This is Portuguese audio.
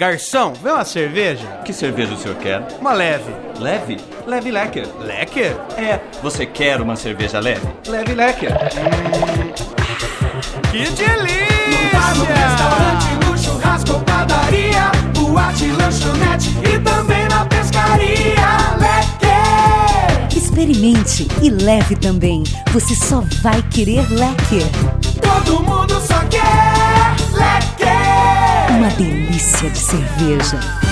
Garção, vê uma cerveja? Que cerveja o senhor quer? Uma leve. Leve? Leve lecker. Lecker? É, você quer uma cerveja leve? Leve lecker. Que Hum. Bar, no delícia! restaurante, no churrasco ou padaria, boate, lanchonete e também na pescaria. Leque! Experimente e leve também. Você só vai querer Lecker. Todo mundo só quer leque! Uma delícia de cerveja.